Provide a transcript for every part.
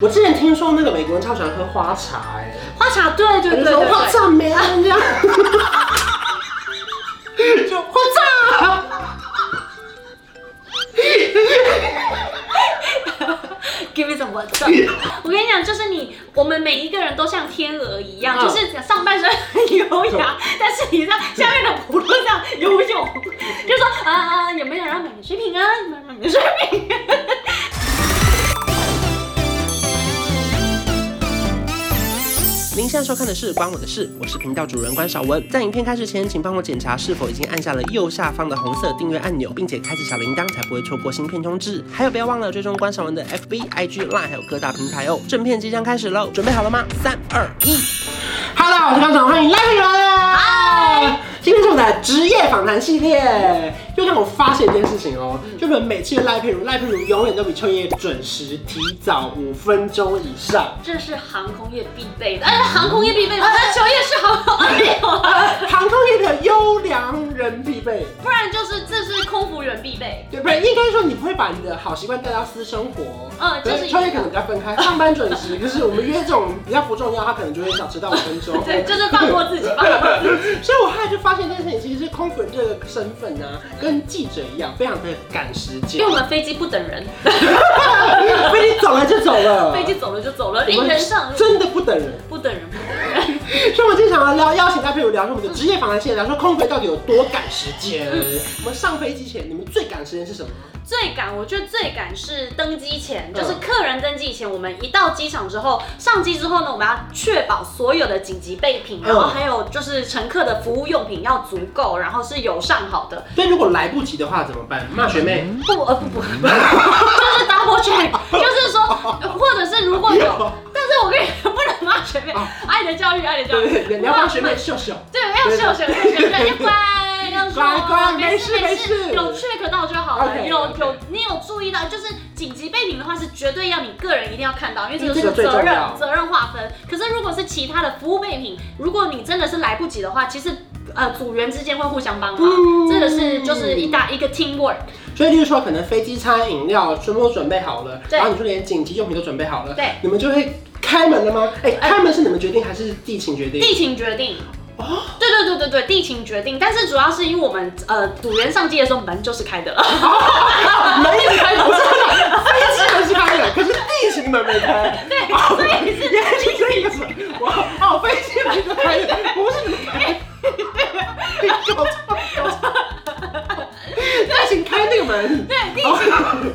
我之前听说那个美国人超喜欢喝花茶、欸，花茶，对 哎，对对对对，花茶没啊这样， 就花茶。 Give me some what's up 我跟你讲，就是你，我们每一个人都像天鹅一样，嗯就是上半身很优雅，但是你在下面的普路上游泳，就说啊啊，有没有人要买免税品啊？有没有人要买免税 品？您现在收看的是《关我的事》，我是频道主人关少文。在影片开始前，请帮我检查是否已经按下了右下方的红色订阅按钮，并且开启小铃铛，才不会错过新片通知。还有，不要忘了追踪关少文的 FB、IG、Line，还有各大平台哦。正片即将开始喽，准备好了吗？三、二、一，Hello，我是关少文，欢迎来宾来。今天是我们的职业访谈系列，又让我发现一件事情哦，就我们每期的赖佩如，赖佩如永远都比秋叶准时提早五分钟以上。这是航空业必备的，而且航空业必备嗯的，那球业是航空啊 业吗？航空业的优良人必备，不然就是这是空服人必备。对不对？应该说你不会把你的好习惯带到私生活。嗯可这是是哦创业可能比较分开，上班准时，可是我们约这种比较不重要，他可能就会想迟到五分钟。 对，就是放过自己，放过自 己。所以我后来就发现一件事情，其实空服人这个身份啊，跟记者一样，非常的赶时间 因 为。我们飞机不等人，飞机走了就走了，飞机走了就走了，嗯我人们人上路真的不等人。不等人，不等人。 所以我们经常要聊邀请大朋友聊说我们的职业访谈线，聊说空服到底有多赶时间。嗯我们上飞机前，你们最赶时间是什么？最赶，我觉得最赶是登机前，嗯就是客人登机前，我们一到机场之后，上机之后呢，我们要确保所有的紧急备品，嗯然后还有就是乘客的服务用品要足够，然后是有上好的，所以如果来不及的话怎么办？骂学妹。不呃不不，不 就是 double check，就是说，或者是如果有，但是我跟你不能骂学妹哦，爱的教育，爱的教对对育，对，你要帮学妹秀秀。对，要秀秀秀秀，要乖，要说乖乖没没事没没事有 check 到就好了。 OK，有 OK 有，你有注意到，就是紧急备品的话是绝对要你个人一定要看到，因为这个哎这个是最责重任要责任划分。可是如果是其他的服务备品，如果你真的是来不及的话，其实呃组员之间会互相帮忙，嗯这个是就是一大一个 teamwork。所以，例如说，可能飞机餐、饮料全部都准备好了，对然后你就连紧急用品都准备好了，对，你们就会开门了吗？哎、哎开门是你们决定还是地勤决定？地勤决定。哦对对对对对，地勤决定，但是主要是因为我们呃组员上机的时候门就是开的了，门也开的，我知道哦飞机门是开的，可是地勤门没开。对，所以是原来是这个事。哇，哦，飞机门是开的，不是你们开的。你搞错，搞错。地勤开那个门。对，地勤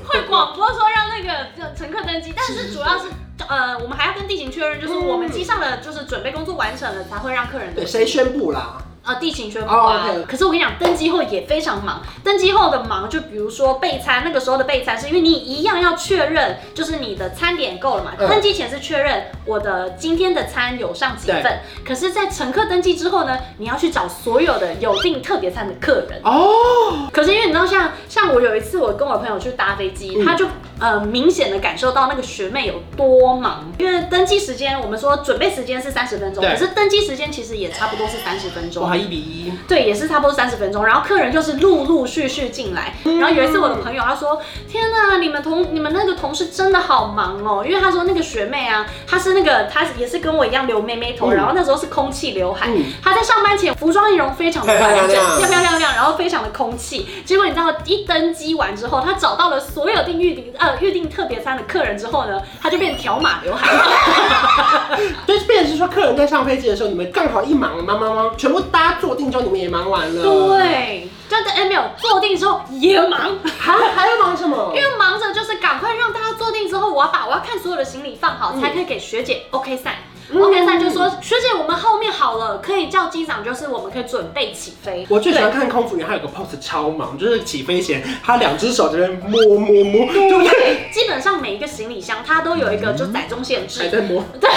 会广播说让那个乘客登机，但是主要是呃，我们还要跟地勤确认，就是我们机上的就是准备工作完成了，才会让客人对，谁宣布啦？呃地勤宣布哦啊，OK。可是我跟你讲，登机后也非常忙，登机后的忙就呃比如说备餐，那个时候的备餐是因为你一样要确认，就是你的餐点够了嘛。嗯登机前是确认我的今天的餐有上几对份，可是，在乘客登机之后呢，你要去找所有的有订特别餐的客人。哦，可是因为你知道像，像我有一次，我跟我朋友去搭飞机，嗯他就呃明显的感受到那个学妹有多忙，因为登机时间我们说准备时间是三十分钟，对可是登机时间其实也差不多是三十分钟，哇，一比一。对，也是差不多三十分钟。然后客人就是陆陆续续进来。嗯然后有一次我的朋友他说：“天哪，你们同你们那个同事真的好忙哦，因为他说那个学妹啊，她是那个她也是跟我一样留妹妹头，嗯然后那时候是空气刘海嗯，她在上班前服装仪容非常的漂 亮完整，亮漂漂亮亮，然后非常的空气。结果你知道一登机完之后，她找到了所有订预定呃预定特别餐的客人之后呢，她就变条码 刘海。”所以变成是说，客人在上飞机的时候，你们刚好一忙忙忙忙，全部大家坐定之后，你们也忙完了。，对，就等哎没有坐定之后也忙。还还要忙什么因？为忙着就是赶快让大家坐定之后，我要把我要看所有的行李放好，嗯才可以给学姐 OK 赛。嗯 OK 赛就说学姐我们后面好了，可以叫机长，就是我们可以准备起飞。我最喜欢对。看空服员，他有个 pose 超忙，就是起飞前，他两只手这边摸摸摸，对不对？基本上每一个行李箱它都有一个就载重限还制，在摸。 对，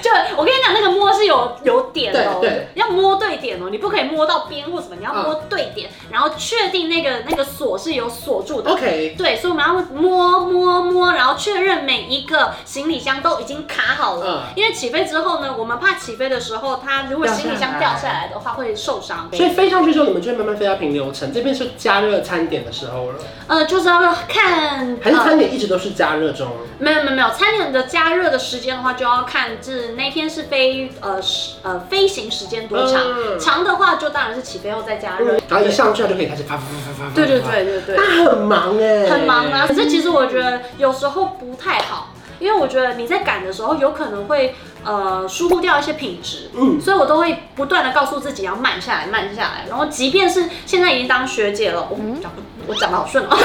就我跟你讲，那个摸是有有点哦、对嗯对要摸对点哦、你不可以摸到边或什么，你要摸对点，然后确定那个那个锁是有锁住的。 OK，对，所以我们要摸摸摸，然后确认每一个行李箱都已经卡好了，嗯因为起飞之后呢，我们怕起飞的时候，它如果行李箱掉下来的话会受伤。所以飞上去之后，你们就会慢慢飞到平流层，这边是加热餐点的时候了，呃，就是要看还是呃餐点一直都是加热中？没有没有没有，餐点的加热的时间的话，就要看是那天是飞呃时呃飞行时间多长，嗯长的话就当然是起飞后再加热。然后一上去它就可以开始发发发发发。对对。对对对，那很忙哎，很忙啊。可是其实我觉得有时候不太好，因为我觉得你在赶的时候有可能会呃疏忽掉一些品质。嗯，所以我都会不断的告诉自己要慢下来，慢下来。然后，即便是现在已经当学姐了，我讲我讲的好顺哦，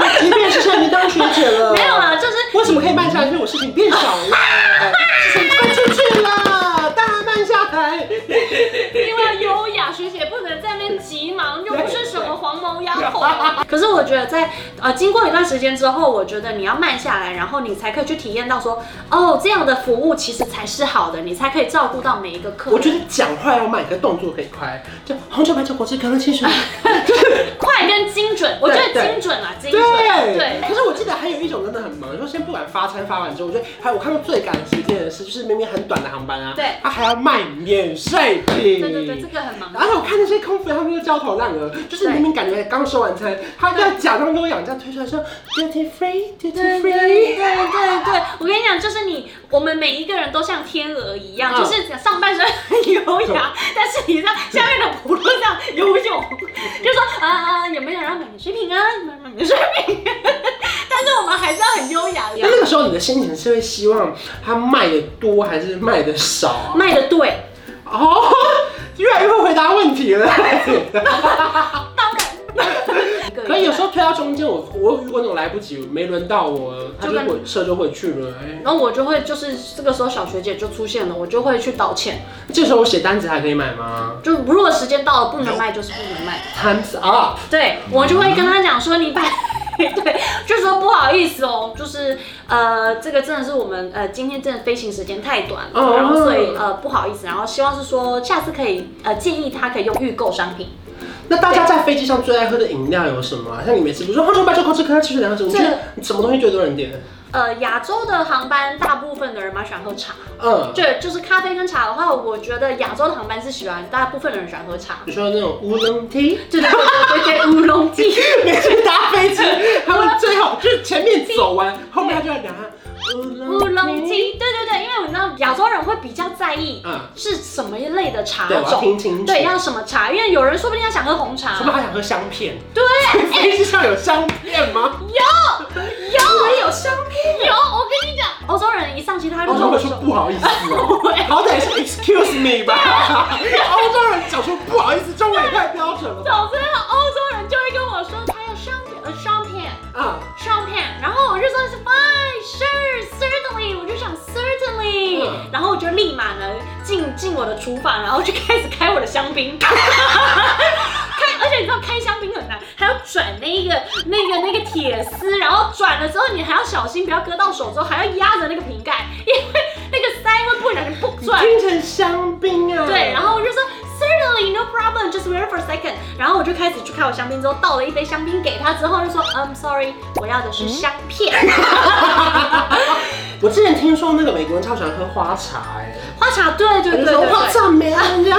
那即便是现在已经当学姐了，没有啦，就是为什么可以慢下来？因为我事情变少 了，哎事情搬出去了，大家慢下来。因为优雅学姐不能在那边急忙，又不是什么黄毛丫头。可是我觉得在呃经过一段时间之后，我觉得你要慢下来，然后你才可以去体验到说，哦这样的服务其实才是好的，你才可以照顾到每一个客人。我觉得讲话要慢，可是动作可以快，就红酒、白酒、果汁、可乐、汽啊水。快跟精准，我觉得对对精准啊，精准。对对可是我记得还有一种真的很忙，就先不管发餐发完之后，我觉得还有我看到最赶的时间的是，就是明明很短的航班啊，对他还要卖免税品。对对对，这个很忙。而且我看那些空服，他们都焦头烂额，就是明明感觉刚收完餐，他要假装跟我讲这样推出来说 duty free 对 duty 对对 free，对对，我跟你讲，就是你，我们每一个人都像天鹅一样，嗯就是上半身很优雅，但是你让下面的葫芦这样游泳，就说啊啊，有没有人要买免税品啊？有没有人要买免税品，但是我们还是要很优雅那的，那个时候你的心情是会希望他卖的多还是卖的少啊？卖的对，哦，越来越会回答问题 了。当然。可以有时候推到中间，我我遇过那种来不及，没轮到我，他就就跟回社就回去了、哎然后我就会就是这个时候小学姐就出现了，我就会去道歉，这时候我写单子还可以买吗就如果时间到了不能卖就是不能卖。 ？Times up，对我就会跟他讲说你把。对，就说不好意思哦，就是呃，这个真的是我们呃，今天真的飞行时间太短了，哦然后所以呃不好意思，然后希望是说下次可以呃建议他可以用预购商品。那大家在飞机上最爱喝的饮料有什么啊、像你每次不是说喝酒、白酒、果汁、可乐、汽水、两种，你觉得你什么东西最多人点？呃，亚洲的航班大部分的人蛮喜欢喝茶，嗯，对，就是咖啡跟茶的话，我觉得亚洲的航班是喜欢，大部分的人喜欢喝茶。你说那种乌龙 tea， 对对对对对，乌龙 tea。每次搭飞 机，他们最好就是前面走完，后面他就要拿乌乌龙 tea， tea，对对对，因为我知道亚洲人会比较在意嗯，是什么类的茶对，我要种，听清楚。对，要什么茶？因为有人说不定他想喝红茶。他们还想喝香片，对，哎飞机上有香片吗？有我有香槟，有。我跟你讲，欧洲人一上其他欧人洲都人说不好意 思哦、好歹是 excuse me 吧。啊欧洲人讲说不好意思，中文也太标准了 吧。总之，欧洲人就会跟我说他要香呃香片啊，香片，然后我就说是 fine sure certainly，我就想 certainly，、嗯然后我就立马呢进进我的厨房，然后就开始开我的香槟。 开，而且你知道开香槟很难，还要转那一个那个那个铁丝，然后转了之后你还要小心不要割到手，之后还要压着那个瓶盖，因为那个塞会不小心不转。听成香槟啊。 对，然后我就说 certainly no problem, just wait for a second。然后我就开始去开我香槟，之后倒了一杯香槟给他，之后就说 I'm sorry，我要的是嗯香片。我之前听说那个美国人超喜欢喝花茶、哎，花茶，对对我就对对说花对。茶没啊这样，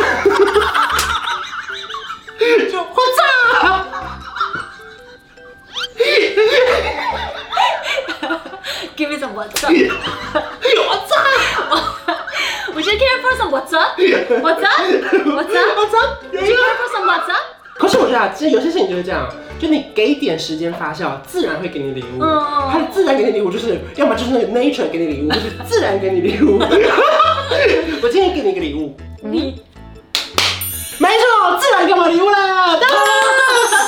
就花茶。 Give me some what's up？what's up？我是 care for some what's up？What's up？What's up？花茶我是 care for some what's up？可是我觉得啊，其实有些事情就是这样，就你给一点时间发酵，自然会给你礼物。嗯它自然给你礼物，就是要么就是那个 nature 给你礼物，就是自然给你礼物。 我今天给你一个礼物，你没错，自然给我礼物了，当然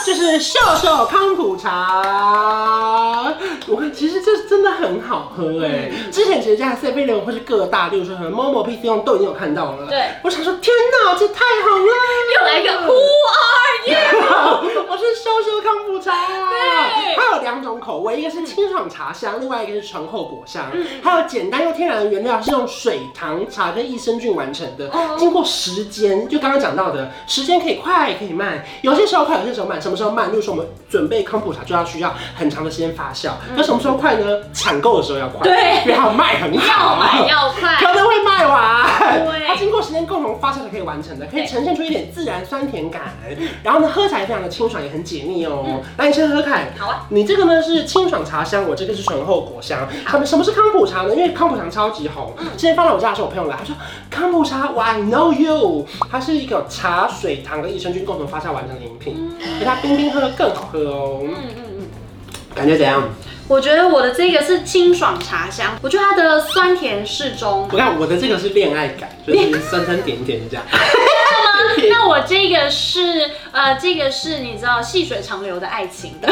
就是秀秀康普茶。我看其实这真的很好喝哎、之前其实在 C 杯流或是各大，例如说什么 Momo P C 用都已经有看到了。对，我想说天哪，这太好了，又来一个 Who are you？ 我是修修康普茶，对它有两种口味，一个是清爽茶香，另外一个是醇厚果香，嗯还有简单又天然的原料是用水、糖、茶跟益生菌完成的哦。经过时间，就刚刚讲到的，时间可以快，可以慢，有些时候快，有些时候慢。什么时候慢？例如说我们准备康普茶就要需要很长的时间发酵，那什么时候快呢？抢购的时候要快，嗯对 因为它卖很好，要买要快。可能会卖间共同花销才可以完成的，可以对呈现出一点自然酸甜感。然后呢，喝起来非常的清爽，也很解腻哦。来，你先喝喝看。嗯好啊，你这个呢是清爽茶香，我这个是醇厚果香。什么什么是康普茶呢？因为康普茶超级红。嗯之前放到我家的时候，我朋友来，他说康普茶，I know you，它是一个茶水糖跟益生菌共同发酵完成的饮品，比它冰冰喝更好喝哦。嗯嗯嗯。感觉怎样？我觉得我的这个是清爽茶香，我觉得它的酸甜适中。我看我的这个是恋爱感，就是酸酸甜甜这样。 那我这个是呃，这个是你知道细水长流的 爱情，嗯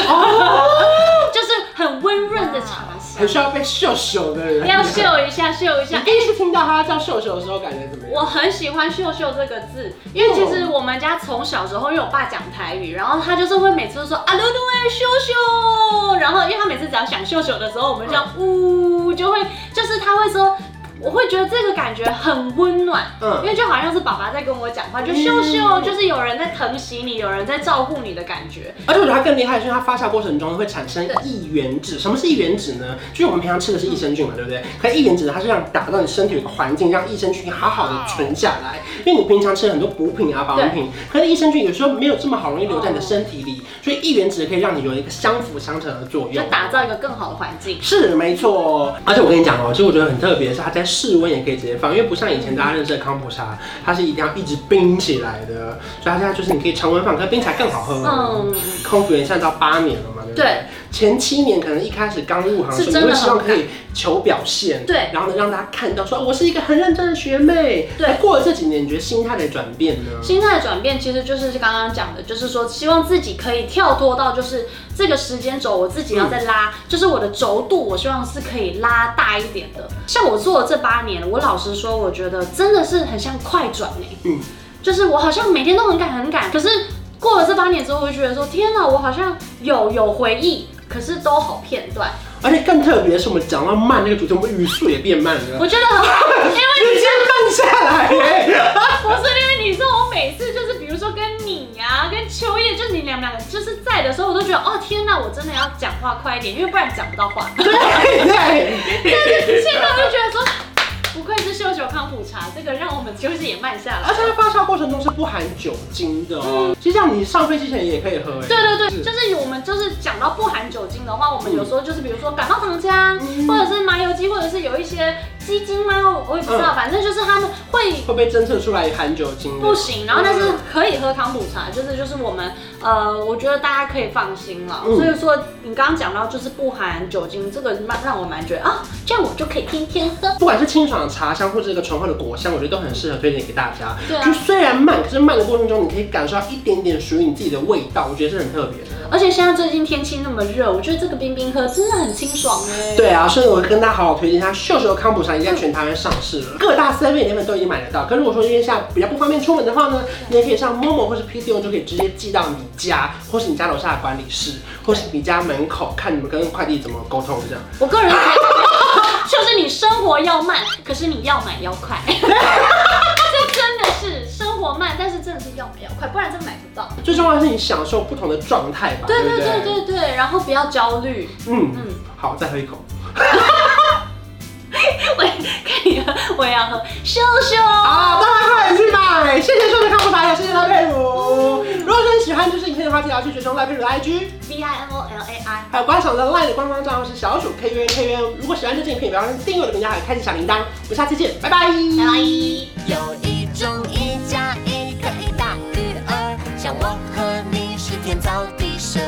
就是很温润的茶香 很，需要被秀秀的人。要秀一下秀一你下。第一次听到他叫秀秀的时候，感觉怎么我样？很喜欢“秀秀”这个字，因为其实哦我们家从小时候，因为我爸讲台语，然后他就是会每次都说啊噜噜哎秀秀，然后因为他每次只要想秀秀的时候，我们就要嗯呜就会，就是他会说，我会觉得这个感觉很温暖，因嗯，为就好像是爸爸在跟我讲话，就秀秀，就是有人在疼惜你，有人在照顾你的感觉。而且我觉得它更厉害的是，它发酵过程中会产生异原质。什么是异原质呢？就是我们平常吃的是益生菌嘛，对不对？可异原质它是让打造你身体有一个环境，让益生菌好好的存下来。因为你平常吃了很多补品啊、保养品，可是益生菌有时候没有这么好容易留哦在你的身体里，所以异原质可以让你有一个相辅相成的作就用。打造一个更好的环境。是没错，而且我跟你讲哦、其实我觉得很特别的是，它在室温也可以直接放，因为不像以前大家认识的康普茶，它是一定要一直冰起来的，所以它现在就是你可以常温放，可是冰起来更好喝。嗯，嗯，空服员现在到八年了嘛，对不对？对前七年可能一开始刚入行的时候，你是真会的希望很可以求表现，对然后呢让大家看到说哦我是一个很认真的学妹。对那过了这几年，你觉得心态的转变呢？心态的转变其实就是刚刚讲的，就是说希望自己可以跳脱到就是这个时间轴，我自己要再嗯拉，就是我的轴度，我希望是可以拉大一点的。像我做了这八年，我老实说，我觉得真的是很像快转哎、嗯就是我好像每天都很赶很赶，可是过了这八年之后，我就觉得说天哪，我好像有有回忆，可是都好片段，而且更特别的是，我们讲到慢这个主题，我们语速也变慢了，我觉得很好，因为直接慢下来耶。 不是因为你知道，我每次就是比如说跟你呀、跟秋叶，就是你们两个就是在的时候，我都觉得哦天哪，我真的要讲话快一点，因为不然讲不到话。对对。现在我就觉得说，不愧是秀秀康普茶，这个让我们就是也慢下而来。且它发酵过程中是不含酒精的哦。其实这样你上飞机前也可以喝哎。嗯对对对，是就是我们就是讲到不含酒精的话，我们有时候就是比如说感冒糖浆，或者是麻油鸡，或者是有一些鸡精吗？我也不知道，反正就是他们会会被侦测出来含酒精的。不行，然后但是可以喝康普茶，就是就是我们呃，我觉得大家可以放心了。嗯所以说你刚刚讲到就是不含酒精，这个蛮让我蛮觉得啊，这样我就可以天天喝。不管是清爽的茶香或者这个醇厚的果香，我觉得都很适合推荐给大家。对啊就虽然慢，可是慢的过程中你可以感受到一点点属于你自己的味道，我觉得是很特别的。而且现在最近天气那么热，我觉得这个冰冰喝真的很清爽哎。对啊，所以我跟大家好好推荐一下秀秀康普茶，已经在全台湾上市了，各大 seven 里面都已经买得到。可如果说因为现在比较不方便出门的话呢，你也可以上 Momo 或是 PTO 就可以直接寄到你家，或是你家楼下的管理室，或是你家门口，看你们跟快递怎么沟通这样。我个人觉得， 就是你生活要慢，可是你要买要快。这真的是生活慢，但是真的是要买要快，不然真买不到。最重要的是你享受不同的状态吧，对不对对对对，然后不要焦虑。 嗯，嗯好，再喝一口。我看你喝，我也要喝。秀秀，好，大家快点去买！谢谢收看《看不打谢谢赖佩如。如果说你喜欢这支影片的话，记得要去追踪赖佩如的 IG， B I N O L A I。还有观赏的赖的官方账号是小鼠 K U N K U N。如果喜欢这支影片，不要忘记订阅我的频道，还有开启小铃铛。我们下期见，拜拜，拜拜。有一种一加一可以大于二，像我和你是天造地设，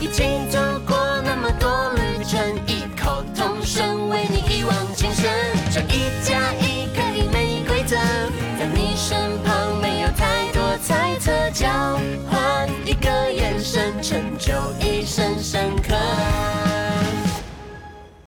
一起走过那么多旅程，异口同声为你一往情深。这一加一